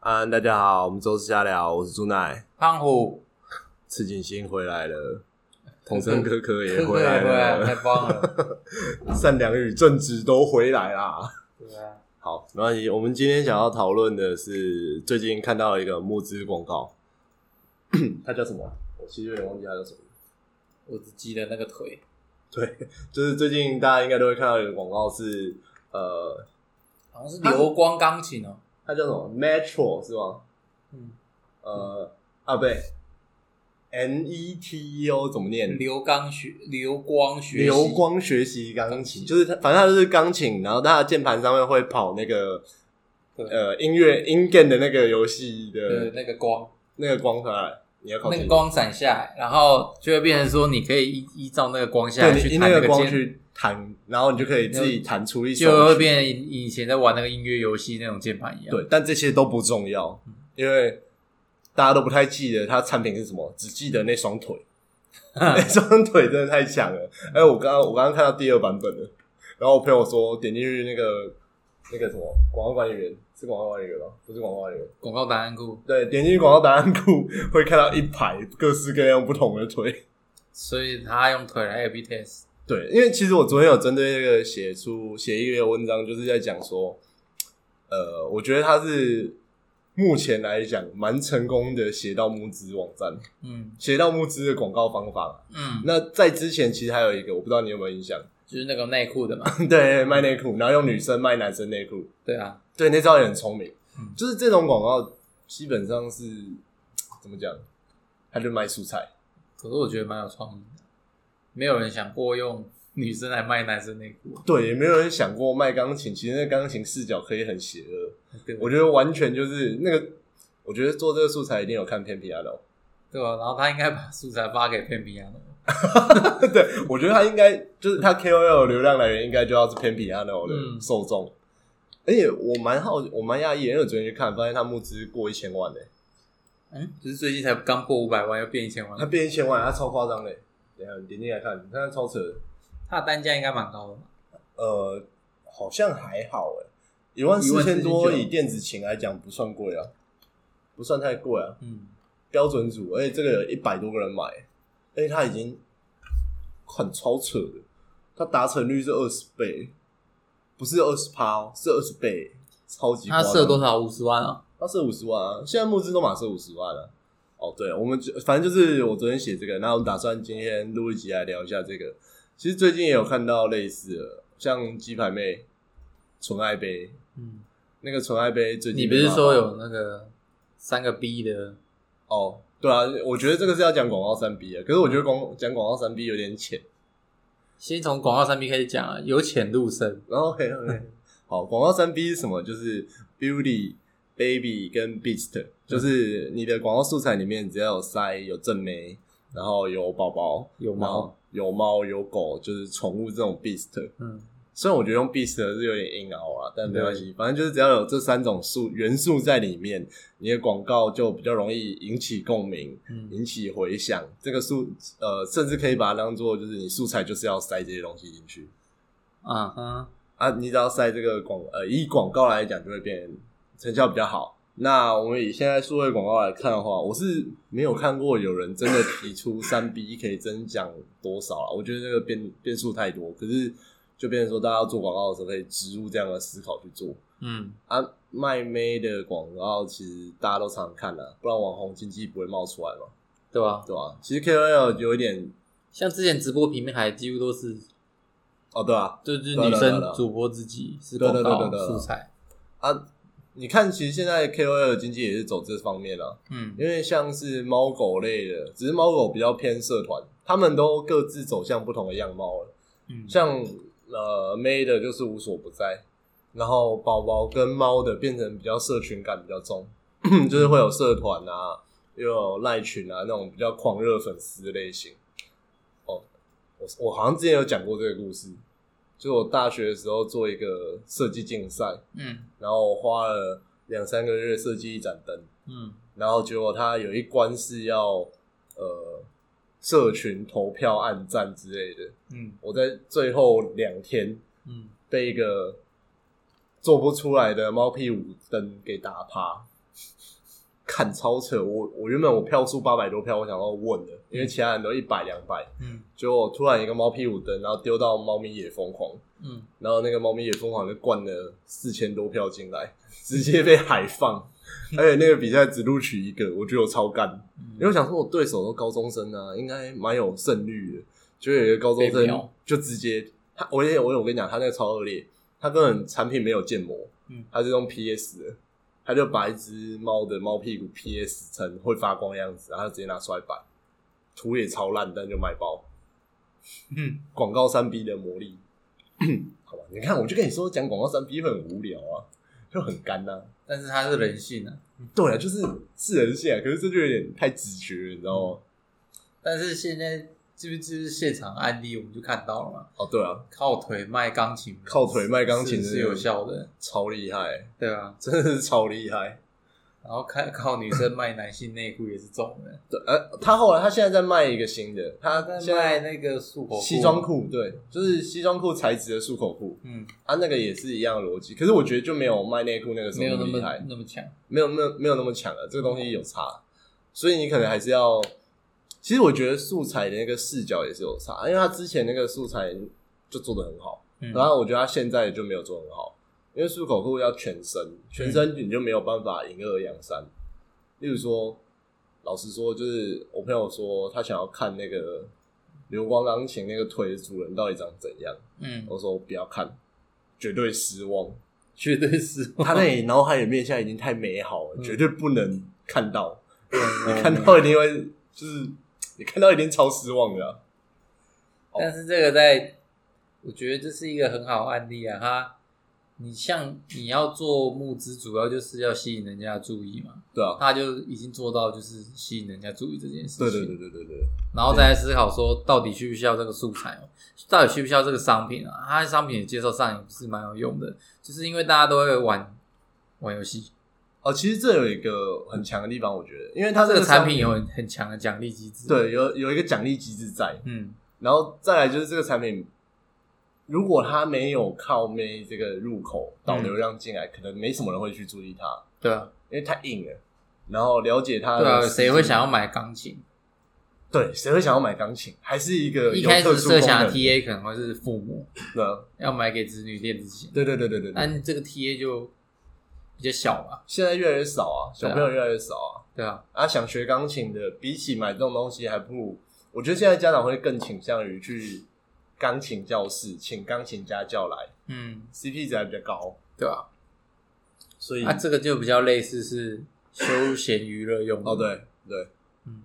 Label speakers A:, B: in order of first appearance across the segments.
A: 安，大家好，我们周四瞎聊，我是朱奈，
B: 胖虎，
A: 赤井星回来了，统生哥哥也
B: 对
A: 回来
B: 对，太
A: 了，
B: 棒了，
A: 善良与正直都回来啦。
B: 对啊，
A: 好，没关系，我们今天想要讨论的是最近看到一个募资广告，它叫什么？啊我其实有点忘记它叫什么。
B: 我只记得那个腿，
A: 就是最近大家应该都会看到有个广告是呃，
B: 好像是流光钢琴哦，
A: 它叫什么？Metro 是吗？
B: 嗯，
A: 呃啊不对，N E T E O 怎么念？
B: 流光学，流光学习，
A: 流光学习钢琴，就是它，反正它就是钢琴，然后它的键盘上面会跑那个
B: 对
A: 呃音乐音 game 的那个游戏
B: 对
A: 的
B: 那个光，
A: 那个光出来，你要靠
B: 那
A: 近
B: 个光闪下来，然后就会变成说，你可以依依照那个光下来
A: 对，
B: 去
A: 你
B: 弹
A: 那个
B: 个
A: 光
B: 键，
A: 去弹，然后你就可以自己弹出一首
B: 就会
A: 曲
B: 变成以以前在玩那个音乐游戏那种键盘一样。，
A: 对，但这些都不重要，因为大家都不太记得它产品是什么，只记得那双腿，那双腿真的太强了。哎，我刚刚我刚刚看到第二版本了，然后我朋友说点进去那个那个什么广告管理员是广告管理员吗？不是广告管理员，
B: 广告答案库，
A: 对，点进去广告答案库会看到一排各式各样不同的腿。
B: 所以他用腿来 A/B test。
A: 对，因为其实我昨天有针对这个写出写一个文章，就是在讲说，呃，我觉得它是目前来讲蛮成功的斜到募资网站，
B: 嗯
A: 斜到募资的广告方法。
B: 嗯，
A: 那在之前其实还有一个，我不知道你有没有印象，
B: 就是那个内裤的嘛。
A: 对，卖内裤，然后用女生卖男生内裤，
B: 对啊，
A: 对，那招也很聪明
B: 嗯，
A: 就是这种广告基本上是怎么讲，他就卖蔬菜，
B: 可是我觉得蛮有创意的，没有人想过用女生来卖男生内 裤。
A: 对，也没有人想过卖钢琴，其实那钢琴视角可以很邪恶。
B: 对，
A: 我觉得完全就是那个，我觉得做这个素材一定有看片皮亚的。
B: 对啊，然后他应该把素材发给啊片皮亚诺，
A: 对，我觉得他应该就是他 KOL 的流量来源应该就要是偏皮亚诺的
B: 嗯
A: 受众。而且我蛮好，我蛮讶异的，因为我昨天去看，发现他募资过一千万嘞、哎
B: 嗯，就是最近才刚破五百万，又变一千万
A: 他，变一千万，他超夸张嘞。等一下你点进来看，你看他超扯的，
B: 他的单价应该蛮高的嘛。
A: 呃，好像还好哎、一万四千多
B: 14,900
A: 以电子琴来讲不算贵啊，不算太贵啊。
B: 嗯，
A: 标准组，而且这个有一百多个人买，而且他已经很超扯的，他达成率是二十倍，不是二十趴哦，是二十倍，超级夸
B: 他
A: 张
B: 设多？少？五十万啊？
A: 他设五十万啊，现在募资都马设五十万了、哦，对，我们就反正就是我昨天写这个，那我们打算今天录一集来聊一下这个。其实最近也有看到类似的，像鸡排妹、纯爱杯，
B: 嗯，
A: 那个纯爱杯最近
B: 你不是
A: 被骂
B: 说
A: 爆
B: 有那个三个 B 的？
A: 哦，对啊，我觉得这个是要讲广告三 B 的，可是我觉得广讲广告三 B 有点浅。
B: 先从广告三 B 开始讲啊，由浅入深。
A: 然后 OK OK，好，广告三 B 是什么？就是 Beauty、Baby 跟 Beast，就是你的广告素材里面只要有塞、有正妹，然后有宝宝、
B: 有猫
A: 然后有猫、有狗，就是宠物这种 Beast。
B: 嗯，
A: 虽然我觉得用 Beast 是有点硬凹啊，但没关系，反正就是只要有这三种素元素在里面，你的广告就比较容易引起共鸣。
B: 嗯，
A: 引起回响，这个素呃，甚至可以把它当做就是你素材就是要塞这些东西进去
B: 啊哈，
A: 啊，你只要塞这个广呃，以广告来讲就会变成效比较好。那我们以现在数位广告来看的话，我是没有看过有人真的提出三 B 可以增奖多少啊，我觉得这个变变数太多，可是就变成说大家做广告的时候可以植入这样的思考去做。
B: 嗯，
A: 啊，卖妹的广告其实大家都常看的、不然网红经济不会冒出来嘛。
B: 对吧？
A: 对啊，其实 KOL 有一点
B: 像之前直播平台几乎都是，
A: 哦，对啊，
B: 就是
A: 对啊
B: 女
A: 对啊
B: 生
A: 对啊
B: 主播自己是
A: 对
B: 广
A: 对对
B: 告
A: 对对对
B: 素材。
A: 啊，你看，其实现在 KOL 的经济也是走这方面啊，
B: 嗯，
A: 因为像是猫狗类的，只是猫狗比较偏社团，他们都各自走向不同的样貌了。
B: 嗯
A: 像呃妹的就是无所不在，然后宝宝跟猫的变成比较社群感比较重， 就是会有社团啊，又有赖群啊那种比较狂热粉丝类型。哦，我我好像之前有讲过这个故事，就我大学的时候做一个设计竞赛，
B: 嗯
A: 然后我花了两三个月设计一盏灯，
B: 嗯
A: 然后结果他有一关是要呃社群投票按赞之类的。
B: 嗯
A: 我在最后两天
B: 嗯，
A: 被一个做不出来的猫屁股灯给打趴，看超扯，我我原本我票数八百多票，我想要问的，因为其他人都一百两百，
B: 嗯
A: 结果突然一个猫屁股灯，然后丢到猫咪也疯狂，
B: 嗯，
A: 然后那个猫咪也疯狂的灌了四千多票进来， 直接被海放，而且那个比赛只录取一个，我觉得我超干，
B: 嗯
A: 因为我想说我对手都高中生啊，应该蛮有胜率的，就有一个高中
B: 被
A: 生
B: 秒
A: 就直接他，我也我有我跟你讲，他那个超恶劣，他根本产品没有建模，
B: 嗯
A: 他是用 PS 的，他就把一只猫的猫屁股 PS 成会发光的样子，然后他直接拿出来摆，图也超烂，但就卖包。
B: 嗯，
A: 广告三 B 的魔力。 好吧，你看，我就跟你说，讲广告三 B 会很无聊啊，就很干呐、
B: 但是它是人性啊。
A: 对啊，就是是人性啊，可是这就有点太直觉了，你知道吗？
B: 但是现在这不就是现场案例，我们就看到了嘛，
A: 哦，对啊，
B: 靠腿卖钢琴，
A: 靠腿卖钢琴
B: 是是有效的，
A: 超厉害，
B: 对啊。
A: 真的是超厉害。
B: 然后靠靠女生卖男性内裤也是中的，
A: 对，呃，他后来他现在在卖一个新的，他
B: 他
A: 现
B: 在卖
A: 在
B: 那个束口
A: 西装，裤，对，就是西装裤材质的束口裤，
B: 嗯，
A: 他那个也是一样的逻辑，可是我觉得就没有卖内裤那个时候
B: 没有那
A: 厉
B: 么
A: 害，
B: 那么强，
A: 没有没有没有那么强啊了，这个东西有差，所以你可能还是要。其实我觉得素材的那个视角也是有差，因为他之前那个素材就做的很好，
B: 嗯
A: 然后我觉得他现在就没有做很好，因为漱口裤要全身，全身你就没有办法引恶扬善。例如说，老实说，就是我朋友说他想要看那个流光钢琴那个腿的主人到底长怎样，
B: 嗯，
A: 我说不要看，绝对失望。
B: 绝对是
A: 他那里脑海里面现在已经太美好了，
B: 嗯
A: 绝对不能看到，
B: 你
A: 看到一定会就是你看到一定超失望的啊、
B: 但是这个在，我觉得这是一个很好的案例啊。他，你像你要做募资，主要就是要吸引人家的注意嘛。
A: 对啊，
B: 他就已经做到，就是吸引人家注意这件事情。
A: 对对对对对对，
B: 然后再来思考说，到底需不需要这个素材哦？到底需不需要这个商品啊？它的商品也介绍上也是蛮有用的，就是因为大家都会玩玩游戏，
A: 哦，其实这有一个很强的地方，我觉得，因为它
B: 这个
A: 商
B: 产品有很很强的奖励机制。，
A: 对有有一个奖励机制在，
B: 嗯
A: 然后再来就是这个产品，如果它没有靠妹这个入口导
B: 嗯
A: 流量进来，可能没什么人会去注意它，
B: 对啊，
A: 因为太硬了。然后了解它，
B: 对啊，谁会想要？买钢琴？
A: 对，谁会想要买钢琴？还是一个
B: 一
A: 有
B: 开
A: 特
B: 始
A: 殊
B: 设想的
A: 功能
B: TA 可能会是父母，
A: 的
B: 要买给子女练之前，
A: 对对对对对对，
B: 但这个 TA 就比较小嘛，
A: 现在越来越少啊，小朋友越来越少
B: 对啊，
A: 啊。啊，想学钢琴的，比起买这种东西，还不如我觉得现在家长会更倾向于去钢琴教室，请钢琴家教来
B: 嗯，
A: ，CP 值还比较高，
B: 对啊，
A: 所以、
B: 啊，这个就比较类似是休闲娱乐用的
A: 哦，对对，
B: 嗯，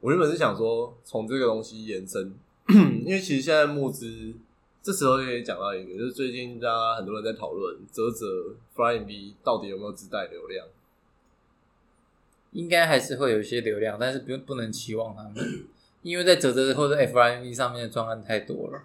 A: 我原本是想说从这个东西延伸， 因为其实现在募资。这时候也讲到一个，就是最近大家很多人在讨论泽泽 Flying B 到底有没有自带流量？
B: 应该还是会有一些流量，但是不用不能期望他们，因为在泽泽或者 FRMV 上面的专案太多了，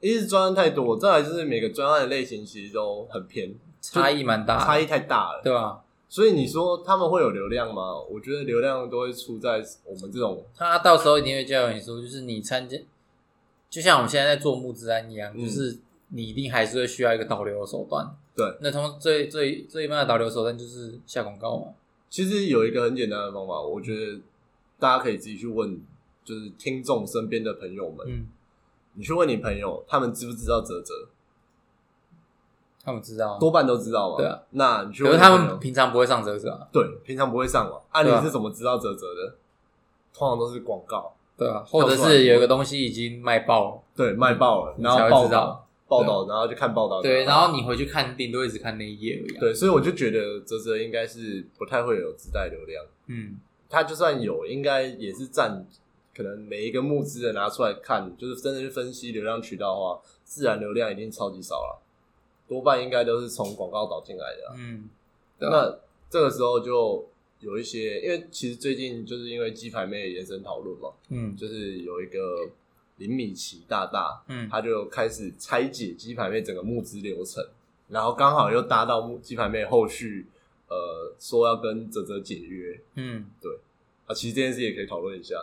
A: 一是专案太多，再来就是每个专案的类型其实都很偏，
B: 差异蛮大的，
A: 差异太大了。
B: 对吧？
A: 所以你说他们会有流量吗？我觉得流量都会出在我们这种，
B: 他到时候一定会教你说，就是你参加，就像我们现在在做募资案一样，
A: 嗯
B: 就是你一定还是会需要一个导流的手段。
A: 对，
B: 那通最最最一般的导流手段就是下广告嘛。
A: 其实有一个很简单的方法，我觉得大家可以自己去问，就是听众身边的朋友们，
B: 嗯，
A: 你去问你朋友，他们知不知道泽泽？
B: 他们知道啊，
A: 多半都知道嘛。
B: 对啊，
A: 那你去
B: 可
A: 问你
B: 是他
A: 朋友
B: 们平常不会上折折啊，
A: 对平常不会上网，啊，
B: 对啊
A: 你是怎么知道泽泽的？通常都是广告，
B: 对啊，或者是有一个东西已经卖爆了，
A: 对，卖爆了，然后
B: 嗯才会
A: 报
B: 知道啊
A: 道，报道，然后就看报道，
B: 对，然后你回去看，顶多一直看那一页而已、啊。，
A: 对，所以我就觉得泽泽应该是不太会有自带流量，
B: 嗯，
A: 他就算有，应该也是占可能每一个募资的拿出来看，就是真的去分析流量渠道的话，自然流量一定超级少了，多半应该都是从广告导进来的啊、
B: 嗯，
A: 那这个时候就有一些，因为其实最近就是因为鸡排妹的延伸讨论嘛，
B: 嗯，
A: 就是有一个林米奇大大，
B: 嗯，
A: 他就开始拆解鸡排妹整个募资流程，然后刚好又搭到木鸡排妹后续呃说要跟泽泽解约
B: 嗯，
A: 啊，其实这件事也可以讨论一下。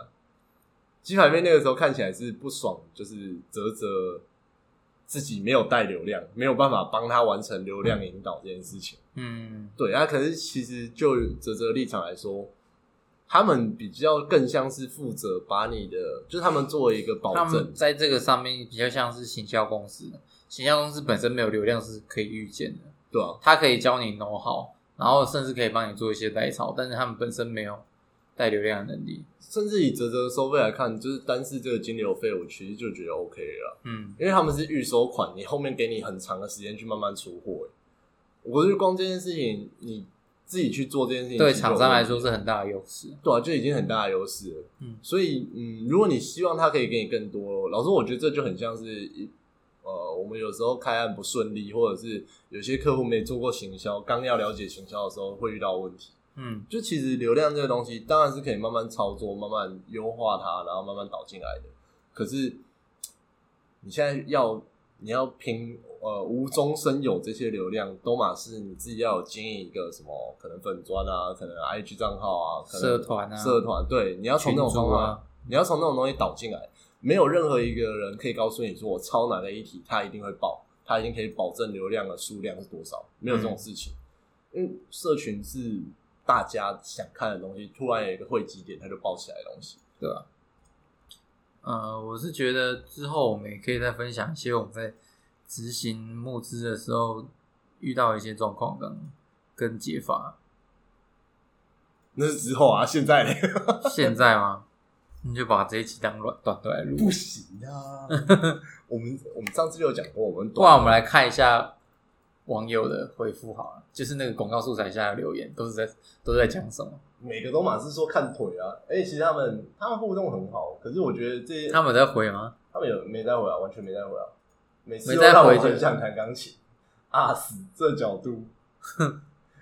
A: 鸡排妹那个时候看起来是不爽，就是泽泽自己没有带流量，没有办法帮他完成流量引导这件事情。
B: 嗯，
A: 对啊，可是其实就泽泽立场来说，他们比较更像是负责把你的，就是他们作为一个保
B: 他
A: 证
B: 们，在这个上面比较像是行销公司，行销公司本身没有流量是可以预见的，
A: 对啊，
B: 它可以教你 know how，然后甚至可以帮你做一些代操，但是他们本身没有带流量的能力。
A: 甚至以泽泽的收费来看，就是单是这个金流费，我其实就觉得 OK 了啦。
B: 嗯，
A: 因为他们是预收款，你后面给你很长的时间去慢慢出货。欸我觉得光这件事情，你自己去做这件事情，
B: 对
A: 其实就有
B: 厂商来
A: 问题
B: 说是很大的优势。
A: 对啊，就已经很大的优势了。
B: 嗯
A: 所以嗯，如果你希望他可以给你更多，老师，我觉得这就很像是一呃，我们有时候开案不顺利，或者是有些客户没做过行销，刚要了解行销的时候会遇到问题。
B: 嗯
A: 就其实流量这个东西，当然是可以慢慢操作、慢慢优化它，然后慢慢导进来的。可是你现在要你要拼呃无中生有这些流量，都嘛是你自己要有经营一个什么可能粉砖啊，可能 IG 账号啊，可能
B: 社团啊
A: 社团对，你要从那种
B: 群
A: 方
B: 组
A: 法，
B: 啊
A: 你要从那种东西导进来。没有任何一个人可以告诉你说我抄哪个议题，他一定会爆，他一定可以保证流量的数量是多少，没有这种事情。因为社群是大家想看的东西，突然有一个汇集点，它就爆起来的东西。
B: 呃，我是觉得之后我们也可以再分享一些我们在执行募资的时候遇到一些状况跟跟解法。
A: 那是之后啊，现在嘞
B: 现在吗？你就把这一期当短短短来录。
A: 不行啊。 我们我们上次就有讲过，我们
B: 不然我们来看一下网友的回复好了，就是那个广告素材下的留言都是在都在讲什么？
A: 每个都满是说看腿啊，而且其实他们他们互动很好，可是我觉得这
B: 他们有在回吗？
A: 他们有没在回啊，完全没在回啊，每次
B: 没
A: 都
B: 在
A: 让我
B: 回就
A: 很想弹钢琴啊死这角 度，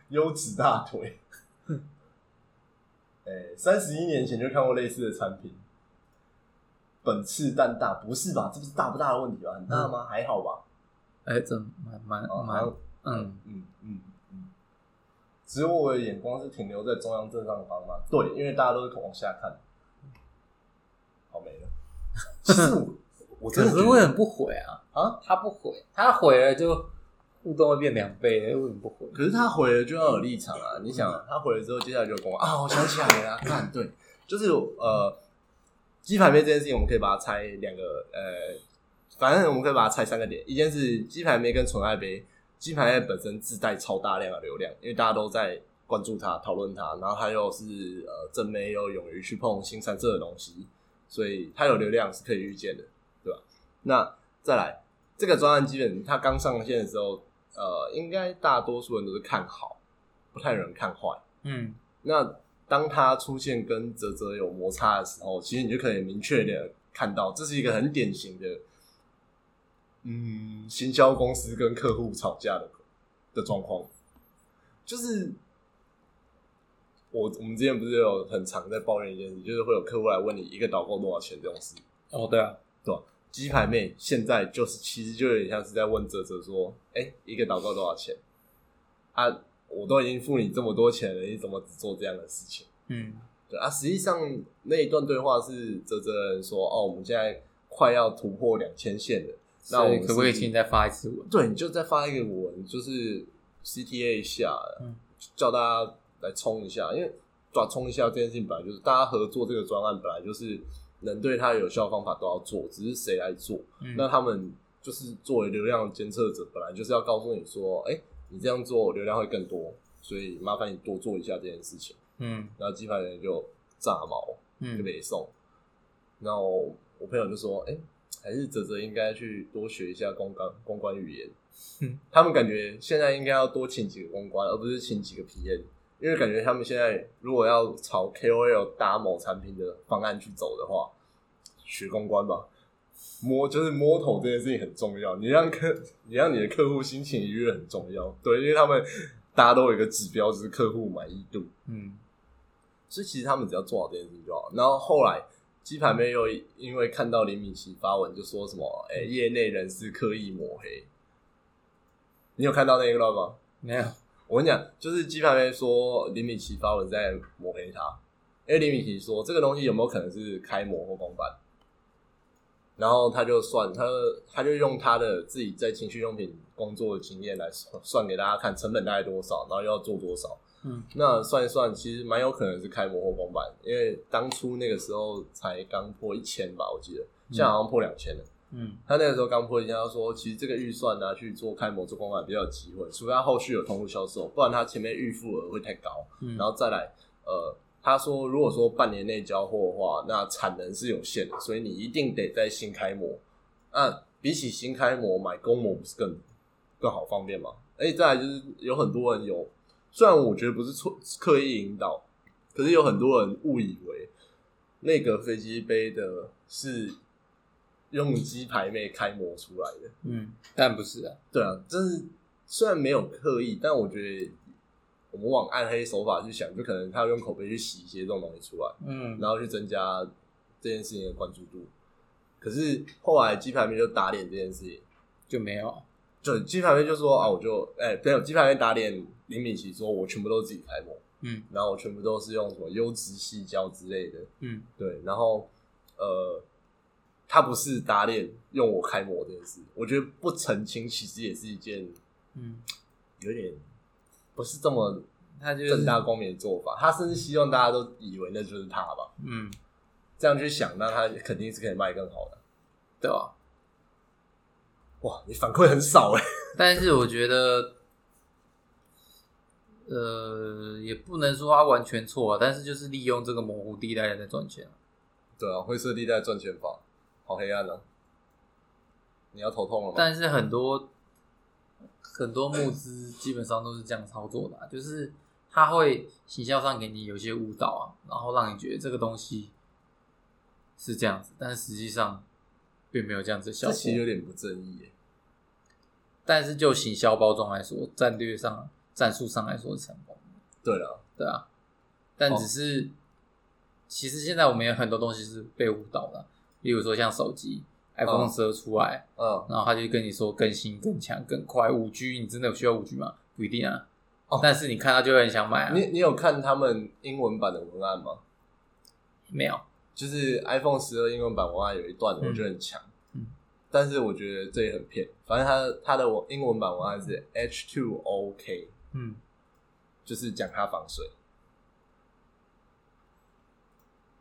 A: 优质大腿。哎、三十一年前就看过类似的产品。本次蛋大不是吧？这不是大不大的问题吧？很大吗？还好吧。
B: 哎、真蛮蛮
A: 哦，好
B: 嗯蛮
A: 像
B: 嗯，
A: 嗯嗯嗯。只有我的眼光是停留在中央正上方吗？对，因为大家都是往下看。好没 了。其实我我真
B: 可
A: 的
B: 是
A: 觉
B: 为
A: 得
B: 什么不回啊？
A: 啊，
B: 他不回，他回了就互动会变两倍，为什么不回？
A: 可是他回了就要有立场啊！你想啊，他回了之后，接下来就跟我啊，我想起来了啊，看对，就是呃，鸡排妹这件事情，我们可以把它拆两个呃，反正我们可以把它拆三个点，一件是鸡排妹跟纯爱杯，鸡排妹本身自带超大量的流量，因为大家都在关注它、讨论它，然后它又是呃正妹又勇于去碰新三色的东西，所以它有流量是可以预见的，对吧？那再来，这个专案基本它刚上线的时候，呃，应该大多数人都是看好，不太有人看坏。
B: 嗯，
A: 那当它出现跟泽泽有摩擦的时候，其实你就可以明确的看到，这是一个很典型的，嗯，行销公司跟客户吵架的的状况，就是。我我们之前不是有很常在抱怨一件事，就是会有客户来问你一个导购多少钱这种事，
B: 哦对啊，
A: 鸡排妹现在就是其实就有点像是在问泽泽说：“哎、一个祷告多少钱？啊，我都已经付你这么多钱了，你怎么只做这样的事情
B: 嗯，？”
A: 对啊，实际上那一段对话是泽泽人说：“哦，我们现在快要突破两千线了。那我
B: 所以
A: 们
B: 可不可以
A: 是
B: 请你再发一次文？”
A: 对，你就再发一个文，就是 CTA 一下，
B: 嗯
A: 叫大家来冲一下，因为抓冲一下这件事情本来就是大家合作这个专案本来就是能对它有效的方法都要做，只是谁来做。
B: 嗯，
A: 那他们就是作为流量监测者，本来就是要告诉你说，哎、你这样做流量会更多，所以麻烦你多做一下这件事情。
B: 嗯
A: 然后鸡排人就炸毛，就
B: 嗯，
A: 被送。然后我朋友就说，哎、还是泽泽应该去多学一下公关公关语言。
B: 嗯
A: 他们感觉现在应该要多请几个公关，而不是请几个 PM，因为感觉他们现在如果要朝 KOL 搭某产品的方案去走的话，学公关吧。摸就是摸头这件事情很重要，你让客你让你的客户心情愉悦很重要，对，因为他们大家都有一个指标，就是客户满意度。
B: 嗯
A: 所以其实他们只要做好这件事情就好。然后后来鸡排妹又因为看到林敏琪发文，就说什么“哎、业内人士刻意抹黑”，你有看到那个段吗？
B: 没有，
A: 我跟你讲，就是鸡排妹说林敏琪发文在抹哎黑他，因为林敏琪说这个东西有没有可能是开模或公版？然后他就算他他就用他的自己在情趣用品工作的经验来算算给大家看成本大概多少，然后又要做多少。
B: 嗯，
A: 那算一算，其实蛮有可能是开模糊公版，因为当初那个时候才刚破一千吧，我记得，现在好像破两千了。
B: 嗯
A: 他那个时候刚破一千，他说其实这个预算呢、去做开模做公版比较有机会，除非他后续有通路销售，不然他前面预付额会太高。
B: 嗯，
A: 然后再来，呃，他说如果说半年内交货的话，那产能是有限的，所以你一定得在新开模。那比起新开模买公模不是更更好方便吗？哎，再来就是有很多人有，虽然我觉得不是错刻意引导，可是有很多人误以为那个飞机杯的是用鸡排妹开模出来的。
B: 嗯，但不是啊，
A: 对啊，就是虽然没有刻意，但我觉得我们往暗黑手法去想，就可能他要用口碑去洗一些这种东西出来，
B: 嗯
A: 然后去增加这件事情的关注度。可是后来鸡排妹就打脸这件事情，
B: 就没有，
A: 就鸡排妹就说啊，我就哎、没有鸡排妹打脸林敏琪说，我全部都自己开模，
B: 嗯
A: 然后我全部都是用什么优质细胶之类的，
B: 嗯
A: 对，然后呃，他不是打脸用我开模这件事，我觉得不澄清其实也是一件
B: 嗯，
A: 有点不是这么
B: 他就是
A: 正大光明的做法，他甚至希望大家都以为那就是他吧，
B: 嗯，
A: 这样去想，那他肯定是可以卖更好的。
B: 对吧？
A: 哇，你反馈很少哎、
B: 但是我觉得，呃，也不能说他完全错啊，但是就是利用这个模糊地带在赚钱啊。
A: 对啊，灰色地带赚钱法，好黑暗啊！你要头痛了吗？
B: 但是很多很多募资基本上都是这样操作的啊、就是他会形象上给你有些误导啊，然后让你觉得这个东西是这样子，但是实际上并没有这样子的效
A: 这
B: 果。
A: 其实有点不正义、欸，
B: 但是就行销包装来说，战略上、战术上来说是成功的。
A: 对了，
B: 对啊，但
A: 哦
B: 只是、其实现在我们有很多东西是被误导的，啊例如说像手机
A: 哦
B: iPhone 十二出来，
A: 嗯，
B: 然后他就跟你说更新、更强、更快，五 G，你真的有需要五 G 吗？不一定啊，
A: 哦
B: 但是你看到就会很想买啊，
A: 你你有看他们英文版的文案吗？
B: 没有，
A: 就是 iPhone 十二英文版文案有一段，我觉得很强，
B: 嗯
A: 但是我觉得这也很骗。反正它它的文英文版文案是 H two O K，
B: 嗯，
A: 就是讲它防水，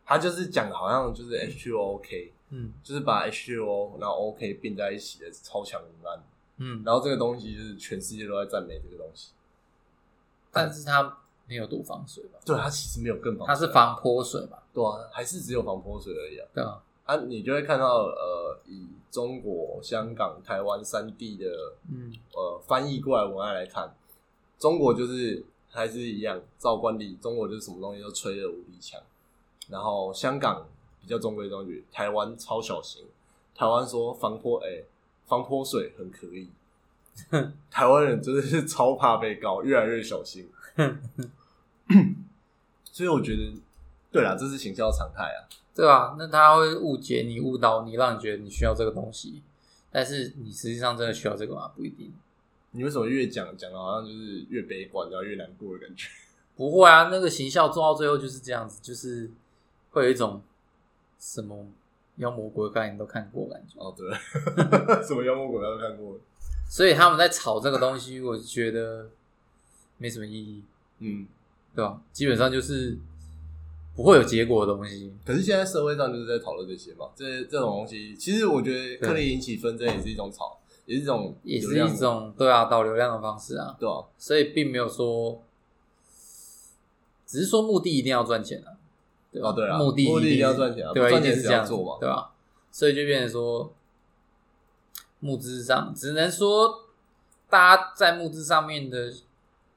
A: 它就是讲好像就是 H two O K，
B: 嗯
A: 就是把 H two O 然后 O、k 并在一起的超强文案，
B: 嗯，
A: 然后这个东西就是全世界都在赞美这个东西。
B: 但是它没有多防水吧？
A: 对，它其实没有更防水啊，
B: 它是防泼水吧？
A: 对啊，还是只有防泼水而已啊。
B: 对啊，
A: 啊，你就会看到呃，以中国、香港、台湾三地的
B: 嗯
A: 呃翻译过来文案来看，中国就是还是一样照惯例，中国就是什么东西都吹的无敌强，然后香港比较中规中矩，台湾超小型，台湾说防泼哎、防泼水很可以， 台湾人真的是 超怕被告，越来越小心， 所以我觉得对啦，这是行销常态啊。
B: 对啊，那他会误解你、误导你，让你觉得你需要这个东西，但是你实际上真的需要这个吗？不一定。
A: 你为什么越讲讲的好像就是越悲观，然后越难过的感觉？
B: 不会啊，那个行销做到最后就是这样子，就是会有一种什么妖魔鬼怪你都看过的感觉。
A: 哦，对， 什么妖魔鬼怪都看过。
B: 所以他们在炒这个东西，我觉得没什么意义，
A: 嗯，
B: 对吧？基本上就是不会有结果的东西。
A: 可是现在社会上就是在讨论这些嘛，这这种东西，其实我觉得刻意引起纷争也是一种吵，也是一种
B: 也
A: 流
B: 是
A: 量
B: 一种对啊导流量的方式啊，
A: 对吧、
B: 所以并没有说，只是说目的一定要赚钱啊，对吧？
A: 哦对啊
B: 目的
A: 目的一定
B: 定
A: 要赚钱啊
B: 对吧？
A: 不赚钱
B: 一定是
A: 谁
B: 这
A: 要
B: 样
A: 做嘛
B: 对吧？所以就变成说，募资上只能说大家在募资上面的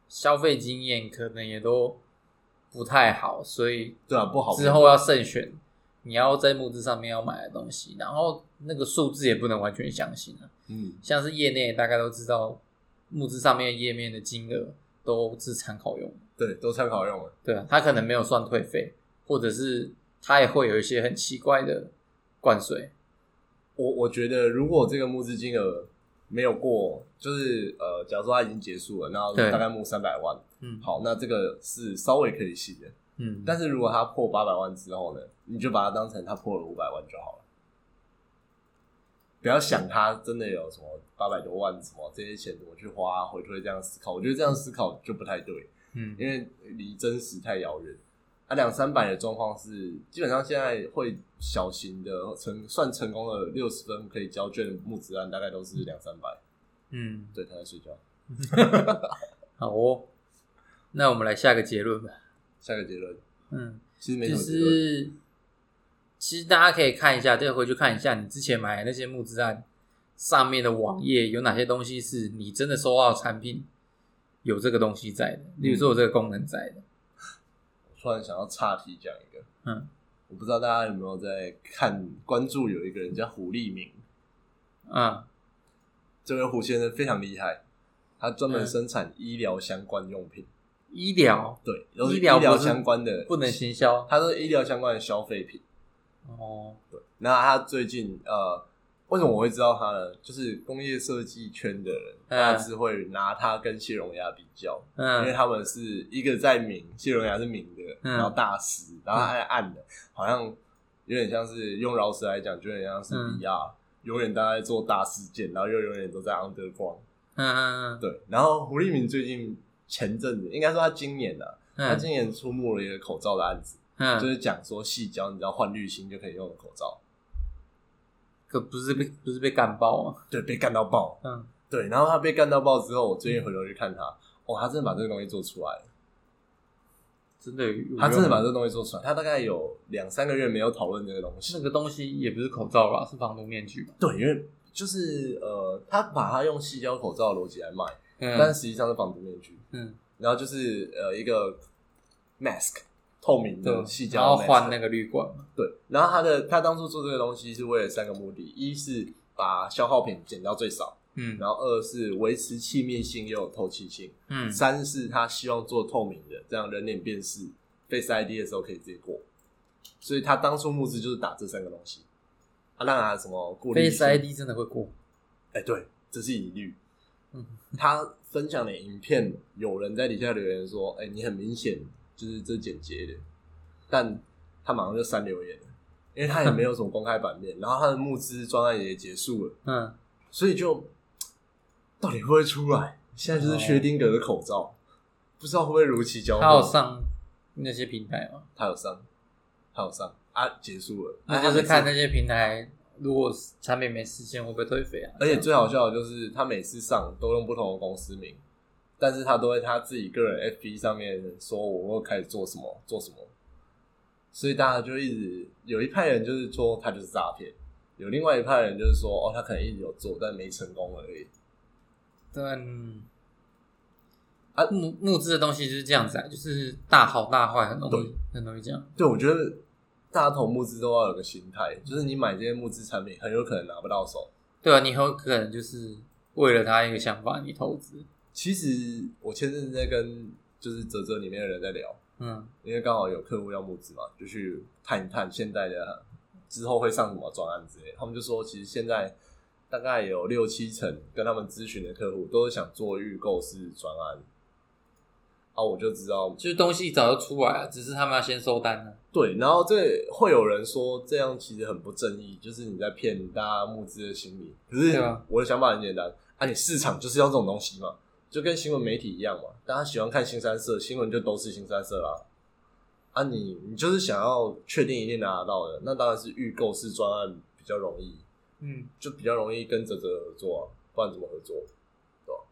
B: 消费经验可能也都不太好，所以
A: 对啊，不好
B: 之后要慎选你要在募资上面要买的东西，然后那个数字也不能完全相信啊。
A: 嗯，
B: 像是业内大概都知道，募资上面页面的金额都是参考用的，
A: 对，都参考用了。
B: 对啊，他可能没有算退费，或者是他也会有一些很奇怪的灌水，
A: 我我觉得如果这个募资金额没有过，就是呃，假如说它已经结束了，然后
B: 对
A: 大概募三百万，
B: 嗯，，
A: 好，那这个是稍微可以信的。
B: 嗯，
A: 但是如果它破八百万之后呢，你就把它当成它破了五百万就好了。不要想他真的有什么八百多万什么这些钱怎么去花，回推这样思考，我觉得这样思考就不太对。
B: 嗯
A: 因为离真实太遥远。啊，两三百的状况是，基本上现在会小型的成算成功的六十分可以交卷的木子案，大概都是两三百。
B: 嗯，
A: 对，他在睡觉。
B: 好哦。那我们来下个结论吧。
A: 下个结论
B: 嗯，
A: 其实没什
B: 就
A: 么结论，
B: 是其实大家可以看一下，再回去看一下你之前买的那些木质案上面的网页有哪些东西是你真的收到的产品有这个东西在的，例如说有这个功能在的。
A: 我突然想要岔题讲一个，
B: 嗯，
A: 我不知道大家有没有在看关注有一个人叫胡立明，
B: 啊，
A: 这位胡先生非常厉害，他专门
B: 嗯
A: 生产医疗相关用品，
B: 医疗
A: 对，都是
B: 医
A: 医
B: 疗
A: 疗
B: 不是
A: 相关的，
B: 哦不能行销
A: 他都是医疗相关的消费品。
B: 哦，
A: 那他最近呃，为什么我会知道他呢？就是工业设计圈的人，
B: 嗯
A: 大致会拿他跟谢荣雅比较，因为
B: 嗯
A: 他们是一个在明，谢荣雅是明的，
B: 嗯
A: 然后大师，然后他在暗的，好像有点像是用饶舌来讲，就有点像是
B: 嗯
A: VR，、永远都在做大事件，然后又永远都在 underground。
B: 嗯嗯
A: 对，然后胡立明最近前阵子，应该说他今年啊，他
B: 嗯
A: 今年出没了一个口罩的案子，
B: 嗯，
A: 就是讲说细胶，你知道换滤芯就可以用的口罩。
B: 可不是被不是被干爆吗？
A: 对，被干到爆，
B: 嗯，
A: 对，然后他被干到爆之后，我最近回头去看他，哦，他真的把这个东西做出来了，
B: 真的有用啊吗，
A: 他真的把这个东西做出来，他大概有两三个月没有讨论这个东
B: 那
A: 西，
B: 个东西也不是口罩啦，是防毒面具吧？
A: 对，因为就是呃，他把它用细胶口罩的逻辑来卖，
B: 嗯
A: 但实际上是防毒面具，
B: 嗯，
A: 然后就是呃一个 mask 透明的
B: 对，
A: 细
B: 嗯然后
A: 胶 mask，
B: 换那个滤罐嘛，
A: 对，然后他的他当初做这个东西是为了三个目的，一是把消耗品减到最少，
B: 嗯
A: 然后二是维持气密性又有透气性。
B: 嗯
A: 三是他希望做透明的，这样人脸辨识 Face ID 的时候可以直接过。所以他当初募资就是打这三个东西，啊，让他什么顾虑
B: ，Face ID 真的会过，
A: 哎、对，这是疑虑。
B: 嗯
A: 他分享的影片，有人在底下留言说：“哎、你很明显就是这剪接的。”但他马上就删留言了，因为他也没有什么公开版面，然后他的募资专案也结束了，
B: 嗯，
A: 所以就到底会不会出来？现在就是薛定谔的口罩，不知道会不会如期交货。
B: 他有上那些平台嘛？
A: 他有上，他有上啊，结束了。
B: 那就是看
A: 啊
B: 那些平台，如果产品没实现，会不会退费啊？
A: 他每次而且最好笑的就是他每次上都用不同的公司名，但是他都会他自己个人 FB 上面说我又开始做什么做什么，所以大家就一直有一派人就是说他就是诈骗，有另外一派人就是说哦他可能一直有做但没成功而已。
B: 但
A: 啊
B: 木木质的东西就是这样子啊，就是大好大坏，很容易很容易这样。
A: 对，我觉得大家投募资都要有个心态，就是你买这些募资产品很有可能拿不到手，
B: 对啊，你很有可能就是为了他一个想法，你投资，
A: 其实我前阵子在跟就是泽泽里面的人在聊，
B: 嗯
A: 因为刚好有客户要募资嘛，就去探一探现在的之后会上什么专案之类的。他们就说，其实现在大概有六七成跟他们咨询的客户都是想做预购式专案。啊，我就知道，
B: 就是东西早就出来了，只是他们要先收单呢。
A: 对，然后这会有人说这样其实很不正义，就是你在骗大家募资的心理。可是
B: 对啊
A: 我的想法很简单，啊，你市场就是要这种东西嘛，就跟新闻媒体一样嘛，大家喜欢看新三色，新闻就都是新三色啦。啊你，你就是想要确定一定拿得到的，那当然是预购式专案比较容易，
B: 嗯，
A: 就比较容易跟泽泽合作啊，不然怎么合作？对吧、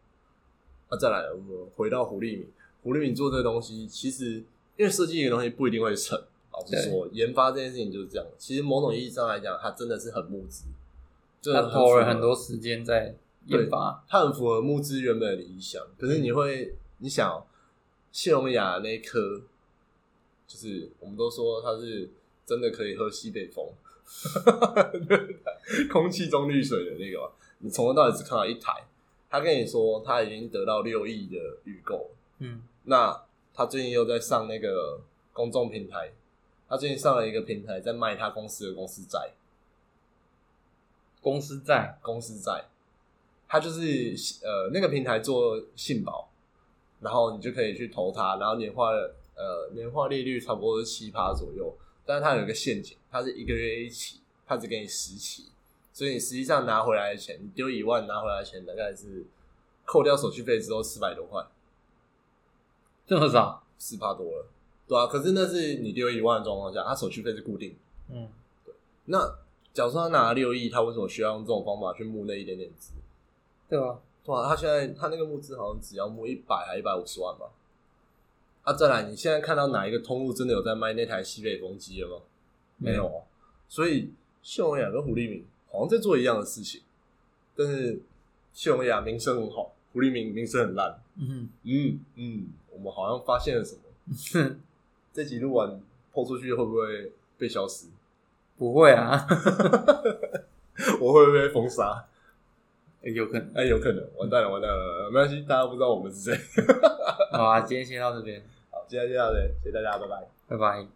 A: 啊？再来，我们回到胡立敏，胡立敏做这个东西，其实因为设计一个东西不一定会成，老实说，研发这件事情就是这样。其实某种意义上来讲，它真的是很募资，这
B: 啊他
A: 符
B: 投
A: 合
B: 了很多，时间在研发，
A: 它很符合募资原本的理想。可是你会，你想哦谢荣雅那一颗，就是我们都说它是真的可以喝西北风， 空气中滤水的那个嘛，你从头到尾只看到一台。他跟你说他已经得到六亿的预购，
B: 嗯
A: 那他最近又在上那个公众平台，他最近上了一个平台在卖他公司的公司债，
B: 公司在，
A: 公司债，他就是呃那个平台做信保，然后你就可以去投它，然后年化呃年化利率差不多是七趴左右，但是它有一个陷阱，它是一个月一期，它只给你十期，所以你实际上拿回来的钱，你丢一万拿回来的钱大概是扣掉手续费之后四百多块，
B: 这么少？
A: 四趴多了，对啊。可是那是你丢一万的状况下，他手续费是固定的。
B: 嗯，
A: 那假如说他拿了六亿，他为什么需要用这种方法去募那一点点资？
B: 对啊吧？
A: 啊哇，他现在他那个募资好像只要募一百还一百五十万吧。啊，再来，你现在看到哪一个通路真的有在卖那台西北风机了吗？没有。哦。所以谢荣雅跟胡立明好像在做一样的事情，但是谢荣雅名声很好，胡立明名声很烂。
B: 嗯，
A: 嗯嗯，我们好像发现了什么。这集录完抛出去会不会被消失？
B: 不会啊，
A: 我会不会被封杀？
B: 有可能。
A: 哎、有可能，完蛋了，完蛋了，没关系，大家不知道我们是谁。
B: 好啊，今天先到这边，
A: 好，今天就到这里，谢谢大家，拜拜。
B: 拜拜。